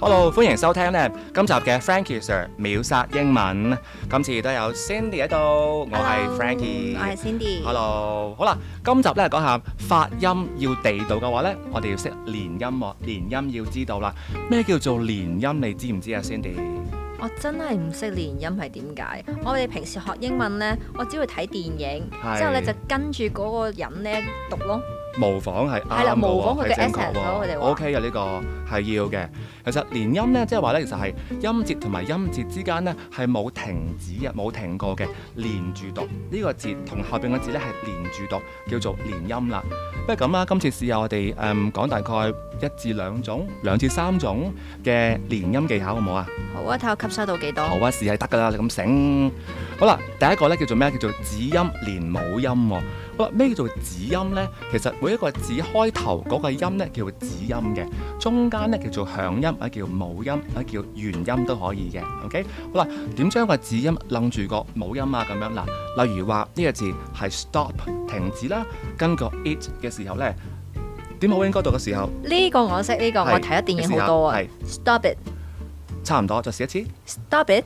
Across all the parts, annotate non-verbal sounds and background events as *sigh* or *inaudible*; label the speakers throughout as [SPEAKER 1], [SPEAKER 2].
[SPEAKER 1] Hello，歡迎收聽咧今集嘅 Frankie Sir 秒殺英文。今次都有 Cindy 喺度，我係 Frankie。
[SPEAKER 2] 我係 Cindy。
[SPEAKER 1] Hello，好啦，今集咧講下發音要地道嘅話咧，我哋要識連音喎，連音要知道啦。咩叫做連音？你知唔知啊，Cindy？
[SPEAKER 2] 我真係唔識連音係點解？我哋平時學英文呢，我只會睇電影，
[SPEAKER 1] 係
[SPEAKER 2] 之後咧就跟住嗰個人呢讀咯。
[SPEAKER 1] 模仿係啱
[SPEAKER 2] 係啦
[SPEAKER 1] 嘅
[SPEAKER 2] 模仿
[SPEAKER 1] 喎，
[SPEAKER 2] 佢
[SPEAKER 1] 係
[SPEAKER 2] 嘅
[SPEAKER 1] 正確
[SPEAKER 2] accent 咯佢
[SPEAKER 1] 喎。
[SPEAKER 2] 哋話
[SPEAKER 1] O K 嘅呢個係要嘅。其實連音咧，即係話咧，其實係音節同埋音節之間咧係冇停止嘅，冇停過嘅，連住讀呢、個字同後邊個字咧係連住讀，叫做連音啦。不如咁啦，今次試下我哋誒、嗯、講大概一至兩種、兩至三種嘅連音技巧，好唔好啊？
[SPEAKER 2] 好啊，睇我吸收到幾
[SPEAKER 1] 好
[SPEAKER 2] 多。
[SPEAKER 1] 啊，試係得㗎啦，你咁醒。好啦，第一個咧叫做咩？叫做子音連母音喎、好啦，咩叫做子音咧？其實每一個字開頭嗰個音咧叫子音嘅，中間咧叫做響音，或者叫母音，或者叫元音都可以嘅。OK，好啦，點將個子音楞住個母音啊？咁樣嗱，例如話呢、個字係 stop 停止啦，跟個 it 嘅時候咧，點好應該讀嘅時候，
[SPEAKER 2] 呢個我識，呢個
[SPEAKER 1] 係
[SPEAKER 2] 我睇咗電影好多啊
[SPEAKER 1] 你試。
[SPEAKER 2] Stop it,
[SPEAKER 1] 差唔多，再試一次。
[SPEAKER 2] stop it。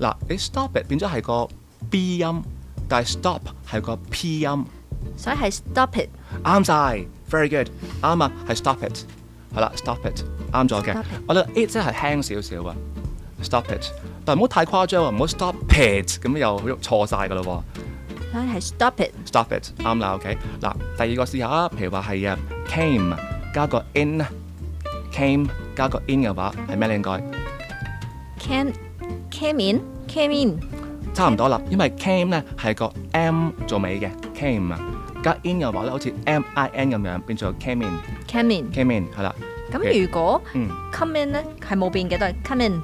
[SPEAKER 1] 嗱，你 stop it 變咗係個 B 音，但係 stop 係個 P 音，
[SPEAKER 2] 所以係 stop it。
[SPEAKER 1] 啱晒 very good，啱啊，係 stop it，係啦，stop it，啱咗嘅
[SPEAKER 2] Stop it。
[SPEAKER 1] 我覺得 it 真係輕少少啊，stop it，但係唔好太誇張啊，唔好 stop it，咁又好錯晒㗎咯
[SPEAKER 2] 所以係 stop it。
[SPEAKER 1] 喎，stop it，啱啦，OK。嗱，第二個試下啊，譬如話係啊 came 加個 in，came 加個 in 嘅話係咩咧應該？
[SPEAKER 2] Can came in, came in。
[SPEAKER 1] 差唔多啦，因為 came 咧係個 m 做尾嘅 came 啊，加 in 嘅話咧好似 m i n 咁樣變做 came in
[SPEAKER 2] Came in。
[SPEAKER 1] came in 係啦，
[SPEAKER 2] 咁如果
[SPEAKER 1] 嗯
[SPEAKER 2] come in 呢，係冇變嘅，都係 come in。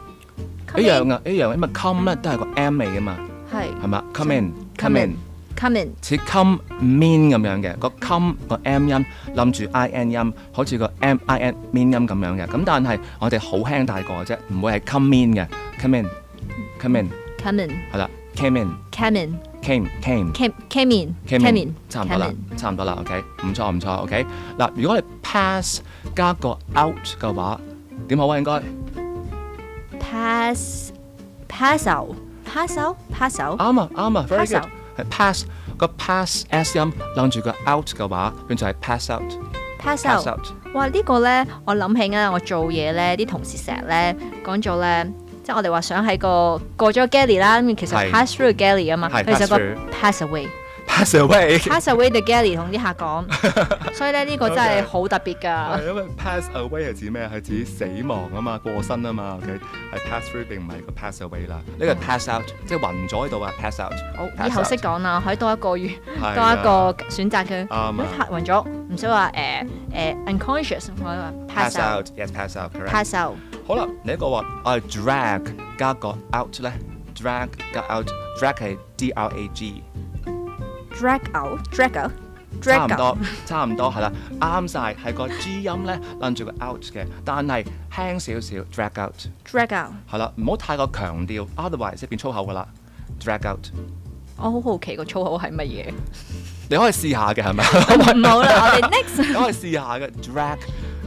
[SPEAKER 1] 一
[SPEAKER 2] come in，
[SPEAKER 1] 樣啊一樣，因為 come 咧都係個 m 尾噶嘛，係
[SPEAKER 2] 係
[SPEAKER 1] 嘛 come in
[SPEAKER 2] come
[SPEAKER 1] come
[SPEAKER 2] in
[SPEAKER 1] in
[SPEAKER 2] ，come in。
[SPEAKER 1] 似 come mean 咁樣嘅個 come 個 m 音冧住 i n 音，好似個 m i n mean 音咁樣嘅，咁但係我哋好輕大個嘅啫，唔會係 come in 嘅 come in come in
[SPEAKER 2] Come in,
[SPEAKER 1] 係啦 came in
[SPEAKER 2] come in,
[SPEAKER 1] came came
[SPEAKER 2] came came in,
[SPEAKER 1] Came
[SPEAKER 2] came
[SPEAKER 1] in，
[SPEAKER 2] in，
[SPEAKER 1] 差唔多啦
[SPEAKER 2] came in，
[SPEAKER 1] 差唔多啦，OK，唔錯唔錯，OK。嗱，如果你 pass 加個 out 嘅話，點好啊？應該
[SPEAKER 2] 哦 pass pass out pass out pass out
[SPEAKER 1] 啱啊啱啊，very
[SPEAKER 2] Pass
[SPEAKER 1] good。係 pass 個 pass s 音，楞住個 out 嘅話，變就係 pass out
[SPEAKER 2] pass
[SPEAKER 1] pass
[SPEAKER 2] out。
[SPEAKER 1] out。
[SPEAKER 2] 哇！呢個呢，我諗起咧，我做嘢呢啲同事成日呢講做呢，即係我哋話想喺個過咗 galley 啦，咁其
[SPEAKER 1] 係
[SPEAKER 2] 實 pass through the galley 啊嘛，
[SPEAKER 1] 係
[SPEAKER 2] 其實
[SPEAKER 1] pass
[SPEAKER 2] 個
[SPEAKER 1] through
[SPEAKER 2] pass away，pass
[SPEAKER 1] pass away。
[SPEAKER 2] away the galley 同啲客講，所以呢，呢個真係好特別㗎。
[SPEAKER 1] *laughs* 係因為 pass away 係指咩？啊係指死亡啊嘛，過身啊嘛。OK，係 pass through 並唔係個 pass away 啦。嗯呢個係 pass out 即係暈咗喺度啊，pass out。
[SPEAKER 2] 好，以
[SPEAKER 1] pass
[SPEAKER 2] 後
[SPEAKER 1] out
[SPEAKER 2] 識講啦，可以多一個語，
[SPEAKER 1] 係
[SPEAKER 2] 多一
[SPEAKER 1] 啊
[SPEAKER 2] 個選擇嘅。如
[SPEAKER 1] 啱
[SPEAKER 2] 果
[SPEAKER 1] 啊
[SPEAKER 2] 客暈咗，唔使話誒誒 unconscious，我可以話 pass
[SPEAKER 1] pass
[SPEAKER 2] out。
[SPEAKER 1] out，yes pass out，correct。
[SPEAKER 2] pass out
[SPEAKER 1] 好啦，你一個話我係 drag 加個 out 咧，drag 加 out，drag 係 D R A G，
[SPEAKER 2] drag out drag out
[SPEAKER 1] 差唔
[SPEAKER 2] drag 啊
[SPEAKER 1] 多
[SPEAKER 2] out，
[SPEAKER 1] 差唔多係啦，啱晒係個 G 音咧，攬住個 out 嘅，但係輕少少 drag out
[SPEAKER 2] drag out，
[SPEAKER 1] 係啦，唔好太過強調，otherwise 即係變粗口噶啦，drag out
[SPEAKER 2] 我好好奇個粗口係乜嘢？
[SPEAKER 1] 你可以試下嘅係咪？
[SPEAKER 2] 唔好啦，我哋 *laughs* next
[SPEAKER 1] 你可以試下嘅 drag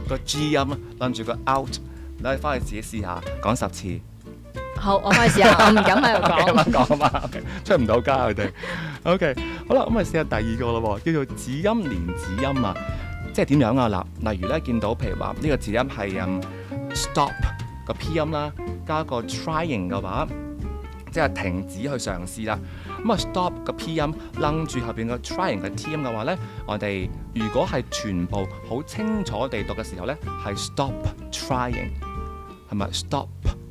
[SPEAKER 1] 個 G 音攬住個 out，你可以翻去自己試下講十次。
[SPEAKER 2] 好，我開始啊，我唔敢喺
[SPEAKER 1] *laughs*
[SPEAKER 2] 度
[SPEAKER 1] 咁
[SPEAKER 2] 講。
[SPEAKER 1] 樣講啊嘛，OK，出唔到家佢哋。OK，好啦，咁啊咪試下第二個咯喎，叫做子音連子音啊，即係點樣啊？嗱，例如咧見到譬如話呢個子音係嗯 stop 個 P 音啦，加個 trying 嘅話，即係停止去嘗試啦。咁啊 stop 個 P 音楞住後邊個 trying 嘅 T 音嘅話咧，我哋如果係全部好清楚地讀嘅時候咧，係 stop trying。係咪 stop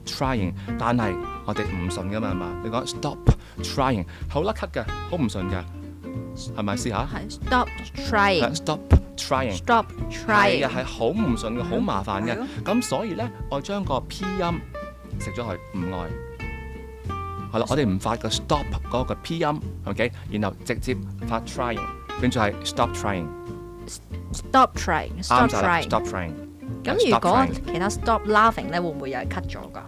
[SPEAKER 1] trying？但係我哋唔順噶嘛，係嘛？你講 stop trying，好甩咳㗎，好唔順㗎，係咪試下？
[SPEAKER 2] 係 stop
[SPEAKER 1] 係
[SPEAKER 2] trying，stop
[SPEAKER 1] stop trying。係 à? 啊，
[SPEAKER 2] trying，
[SPEAKER 1] 係好唔順嘅，好麻煩嘅
[SPEAKER 2] 係咯。
[SPEAKER 1] 咁所以咧，我將個 P 音食咗佢，唔愛。係啦，我哋唔發個 stop 嗰個 P 音，OK，然後直接發 trying，變咗係 stop trying，
[SPEAKER 2] stop trying，stop
[SPEAKER 1] 啱晒啦
[SPEAKER 2] trying。
[SPEAKER 1] ，stop trying。
[SPEAKER 2] 咁如果其他 stop laughing 咧，會唔會又係 cut 咗㗎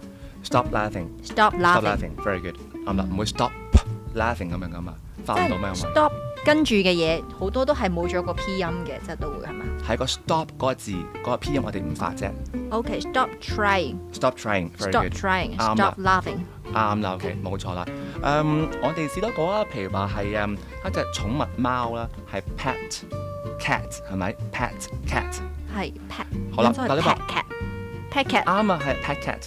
[SPEAKER 1] stop laughing。
[SPEAKER 2] ？stop
[SPEAKER 1] Stop
[SPEAKER 2] laughing，
[SPEAKER 1] laughing，very good，啱啦，唔會 stop *laughs* laughing 咁樣噶嘛，
[SPEAKER 2] 即
[SPEAKER 1] 發唔到咩
[SPEAKER 2] 係
[SPEAKER 1] 嘛，
[SPEAKER 2] stop 跟住嘅嘢好多都係冇咗個 P 音嘅，即係都會係嘛
[SPEAKER 1] 係個 stop 嗰個字，嗰、個 P 音我哋唔發啫。
[SPEAKER 2] ？OK，stop trying，stop
[SPEAKER 1] Stop trying，very good。啱啦
[SPEAKER 2] trying，stop laughing。
[SPEAKER 1] 啱啦，OK，冇錯啦。誒、我哋試多個啊，譬如話係誒一隻寵物貓啦，係 pet cat 係咪？pet cat
[SPEAKER 2] 係 pat，
[SPEAKER 1] 好啦
[SPEAKER 2] 應該係
[SPEAKER 1] 但呢個
[SPEAKER 2] pat cat pat cat，
[SPEAKER 1] 啱啊，係 pet cat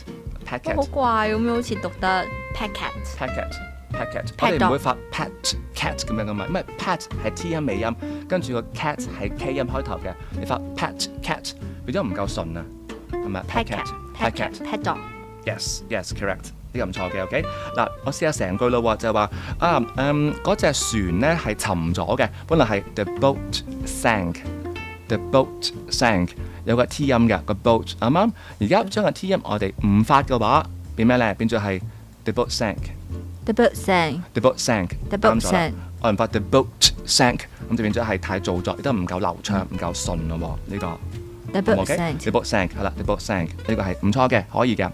[SPEAKER 1] pet
[SPEAKER 2] 都好
[SPEAKER 1] cat
[SPEAKER 2] 怪咁樣，好似讀得 pat cat。
[SPEAKER 1] pet cat pet cat，我
[SPEAKER 2] Pet
[SPEAKER 1] 哋唔會發 pet cat 咁樣噶嘛，因為 pet 係 T 音尾音，跟住個 cat 係 K 音開頭嘅，你發 pet cat 變咗唔夠順啊，係咪
[SPEAKER 2] pat cat
[SPEAKER 1] pet
[SPEAKER 2] pat
[SPEAKER 1] cat
[SPEAKER 2] cat。pat dog。
[SPEAKER 1] Yes, yes, correct。呢個唔錯嘅，OK。嗱，我試下成句咯喎，就係話啊，嗯，嗰隻船咧係沉咗嘅，本來係 the boat sank，the boat sank，有個 T 音嘅個 boat，啱唔啱？而家將個 T 音我哋唔發嘅話，變咩咧？變咗係 the boat sank，the
[SPEAKER 2] The bird sang。
[SPEAKER 1] boat sank，the
[SPEAKER 2] The boat sank
[SPEAKER 1] 我哦唔發 the boat sank，咁就變咗係太做作，亦都唔夠流暢，唔夠順咯喎，呢個。
[SPEAKER 2] The bird sang。
[SPEAKER 1] 你 book 聲係啦，你 book 聲呢個係唔錯嘅，可以嘅。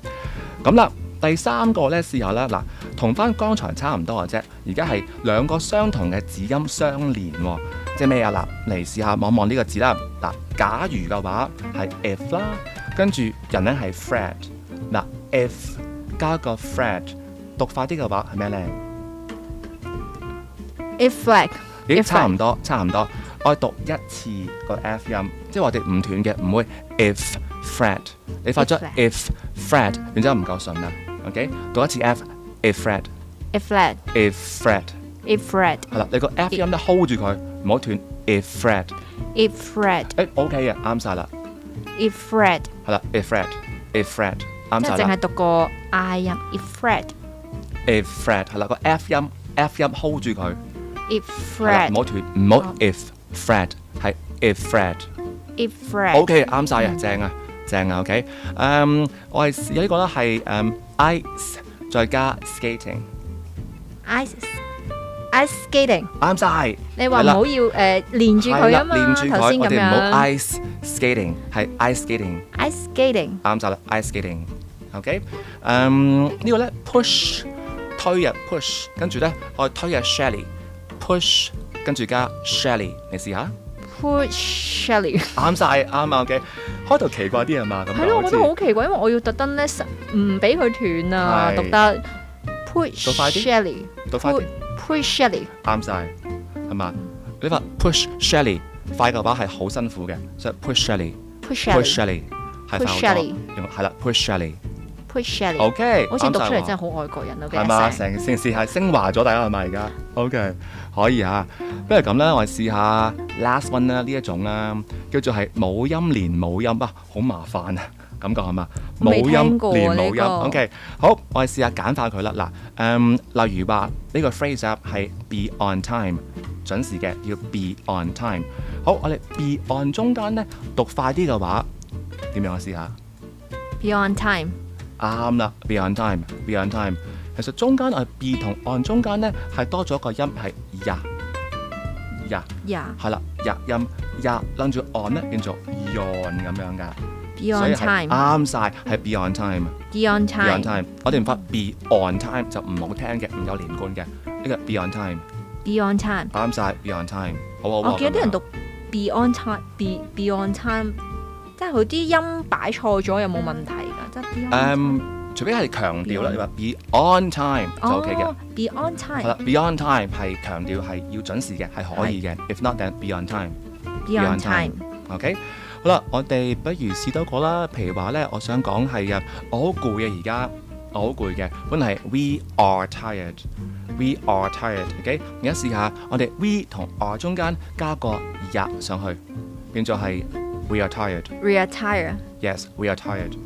[SPEAKER 1] 咁啦，第三個呢，試下啦，嗱，同翻剛才差唔多嘅啫，而家係兩個相同嘅字音相連喎、即係咩啊？嗱，嚟試下望望呢個字啦。嗱，假如嘅話係 if 啦，跟住人呢係 Fred，嗱 if 加個 Fred，讀快啲嘅話係咩呢？
[SPEAKER 2] If flag。
[SPEAKER 1] 咦，
[SPEAKER 2] If
[SPEAKER 1] 差唔
[SPEAKER 2] flag。
[SPEAKER 1] 多，差唔多。我讀一次個 F 音，即係我哋唔斷嘅，唔會 if Fred。你發咗
[SPEAKER 2] If
[SPEAKER 1] if Fred，然之後唔夠順啦。OK，讀一次 F，if Fred，if
[SPEAKER 2] If flag。
[SPEAKER 1] Fred，
[SPEAKER 2] If flag。
[SPEAKER 1] 係啦，你個 F 音咧 hold 住佢，唔好斷 if Fred。
[SPEAKER 2] If flag。
[SPEAKER 1] 誒 OK à, 嘅，啱晒啦，
[SPEAKER 2] If flag。
[SPEAKER 1] 係啦，if Fred，if Fred，啱
[SPEAKER 2] 即
[SPEAKER 1] 晒
[SPEAKER 2] 係
[SPEAKER 1] 啦
[SPEAKER 2] 淨係讀個 I 音。If flag。
[SPEAKER 1] ，if Fred 係啦，個 F 音 F 音 hold 住佢，
[SPEAKER 2] If
[SPEAKER 1] 係啦
[SPEAKER 2] flag。
[SPEAKER 1] 唔好斷，唔好
[SPEAKER 2] 哦
[SPEAKER 1] if Fred，係 if Fred。
[SPEAKER 2] If flag。
[SPEAKER 1] O K，啱晒啊，正啊，正啊，O K。誒，我係試有呢個啦，係誒 ice 再加 skating，
[SPEAKER 2] Ice ice skating。
[SPEAKER 1] 啱晒。
[SPEAKER 2] 你話
[SPEAKER 1] 係
[SPEAKER 2] 唔
[SPEAKER 1] 啦
[SPEAKER 2] 好要誒連住佢啊
[SPEAKER 1] 係啦
[SPEAKER 2] 嘛，
[SPEAKER 1] 連住
[SPEAKER 2] 頭
[SPEAKER 1] 佢，
[SPEAKER 2] 先
[SPEAKER 1] 我
[SPEAKER 2] 咁
[SPEAKER 1] 哋唔好
[SPEAKER 2] 樣。
[SPEAKER 1] ice skating，係 ice skating，
[SPEAKER 2] Ice skating。
[SPEAKER 1] 啱晒啦，ice skating。O K，誒呢個咧 push 推啊 push，跟住咧我哋推啊 Shelly，push 跟住加 Shelly，你試下。
[SPEAKER 2] Push Shelly。
[SPEAKER 1] 啱晒，啱啊，OK。開頭奇怪啲啊嘛，咁
[SPEAKER 2] 係
[SPEAKER 1] 就
[SPEAKER 2] 咯，我覺得
[SPEAKER 1] 似
[SPEAKER 2] 好奇怪，因為我要特登咧唔俾佢斷啊，
[SPEAKER 1] 係
[SPEAKER 2] 讀得 push
[SPEAKER 1] 讀快啲
[SPEAKER 2] Shelly，
[SPEAKER 1] 讀快啲
[SPEAKER 2] push Shelly，
[SPEAKER 1] 啱晒，係嘛？你話 push Shelly 快嘅話係好辛苦嘅，所以 push Shelly，push
[SPEAKER 2] push Shelly，
[SPEAKER 1] Shelly 係快好
[SPEAKER 2] Push
[SPEAKER 1] 多
[SPEAKER 2] Shelly，
[SPEAKER 1] 用係啦，push Shelly，OK，
[SPEAKER 2] push Shelly，好似讀出嚟真係
[SPEAKER 1] 係
[SPEAKER 2] 好外國人啊，
[SPEAKER 1] 係嘛？
[SPEAKER 2] 嘅聲。
[SPEAKER 1] 成件事係升華咗，大家係咪而家？OK，可以啊。不如咁啦，我哋試下 last one 啦，呢一種啦，叫做係冇音連冇音啊，好麻煩啊，感覺係嘛？冇
[SPEAKER 2] 未聽
[SPEAKER 1] 音
[SPEAKER 2] 過啊
[SPEAKER 1] 連冇
[SPEAKER 2] 呢
[SPEAKER 1] 音
[SPEAKER 2] 個
[SPEAKER 1] ，OK，好，我哋試下簡化佢啦。嗱，嗯，例如話呢個 phrase 啊係 be on time，準時嘅要 be on time。好，我哋 be on 中間呢，讀快啲嘅話，點樣我啊試下？
[SPEAKER 2] Beyond time，
[SPEAKER 1] 啱啦，be on time，be on time。其實中間啊 be 同 on 中間呢，係多咗個音係呀呀，
[SPEAKER 2] 呀
[SPEAKER 1] 係啦呀音呀，楞住 on 呢，變做 yon 咁樣噶，所以
[SPEAKER 2] ，Beyond
[SPEAKER 1] 係
[SPEAKER 2] time，Beyond
[SPEAKER 1] 啱晒，係 be on time，be on
[SPEAKER 2] time，Beyond
[SPEAKER 1] time。我哋唔發 be on time 就唔好聽嘅，唔有連貫嘅。呢個 be on time，
[SPEAKER 2] time，
[SPEAKER 1] 啱晒，be on time。好好好啊
[SPEAKER 2] 我見到啲
[SPEAKER 1] 咁
[SPEAKER 2] 人
[SPEAKER 1] 樣
[SPEAKER 2] 讀 Beyond time，Be Beyond time，即係佢啲音擺錯咗有冇問題㗎？即係
[SPEAKER 1] 誒，
[SPEAKER 2] Beyond，
[SPEAKER 1] 嗯除非係強調啦，
[SPEAKER 2] Beyond
[SPEAKER 1] 你話 be on time 就 OK 嘅。
[SPEAKER 2] 哦
[SPEAKER 1] 係
[SPEAKER 2] ，Beyond time，Beyond
[SPEAKER 1] 啦，Beyond time 係強調係要準時嘅，係可以嘅。If not then be on time。Beyond time
[SPEAKER 2] time，
[SPEAKER 1] OK，好啦，我哋不如試多個啦。譬如話咧，我想講係啊，我好攰啊，而家我好攰嘅。本來係 we are tired，we are tired。OK，而家試下我哋 we 同 are 中間加個日上去，變咗係 we are tired。
[SPEAKER 2] retire，retire。
[SPEAKER 1] Yes，we are tired。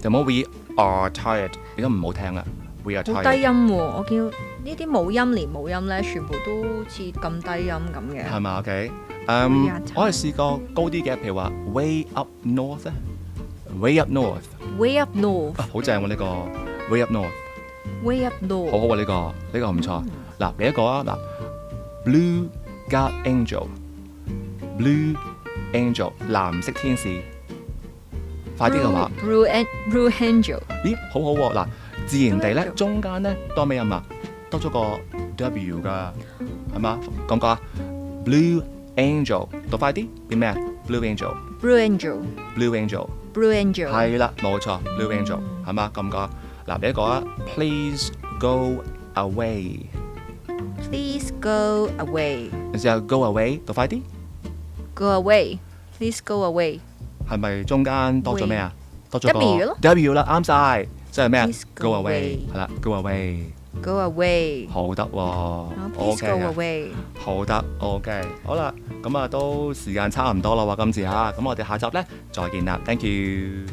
[SPEAKER 1] 就冇 we are tired，你都唔好聽啦。We are
[SPEAKER 2] 好低
[SPEAKER 1] tired
[SPEAKER 2] 音喎、我見呢啲冇音連冇音咧，全部都好似咁低音咁嘅。
[SPEAKER 1] 係嘛？OK，嗯
[SPEAKER 2] We are tired
[SPEAKER 1] 我係試過高啲嘅，譬如話 way up north 咧，way up north。
[SPEAKER 2] Way up north,
[SPEAKER 1] 啊好正喎呢個 Way Up North，
[SPEAKER 2] way up
[SPEAKER 1] 好
[SPEAKER 2] north,
[SPEAKER 1] 好啊呢個，呢個唔錯。嗱，俾一個啊，嗱，Blue 加 Angel，Blue Angel 藍色天使，快啲嘅話，
[SPEAKER 2] blue and blue angel,
[SPEAKER 1] 咦，好好喎嗱，自然地咧
[SPEAKER 2] Blue Angel
[SPEAKER 1] 中間咧多咩音啊？多咗個 W 㗎，係嘛？講唔講啊？Blue Angel 讀快啲變咩啊？Blue Angel，Blue
[SPEAKER 2] Blue Angel。
[SPEAKER 1] Angel。
[SPEAKER 2] Blue Angel
[SPEAKER 1] 係啦，冇錯，Blue Angel 係嘛？咁講，嗱你一個啊，Please go away，
[SPEAKER 2] Please go away.
[SPEAKER 1] 你試下 go away，讀快啲，
[SPEAKER 2] Go away. Please go away.
[SPEAKER 1] 係咪中間多咗咩啊？多咗個
[SPEAKER 2] W 咯
[SPEAKER 1] W 啦，啱晒，即係咩啊
[SPEAKER 2] Please go
[SPEAKER 1] ？Go away
[SPEAKER 2] away
[SPEAKER 1] 係啦，Go away
[SPEAKER 2] Go away.
[SPEAKER 1] 好得喎
[SPEAKER 2] 啊，Please
[SPEAKER 1] ，OK
[SPEAKER 2] go
[SPEAKER 1] 嘅，
[SPEAKER 2] away.
[SPEAKER 1] 好得，OK，好啦，咁啊都時間差唔多啦喎，今次嚇，咁我哋下集咧再見啦，Thank you。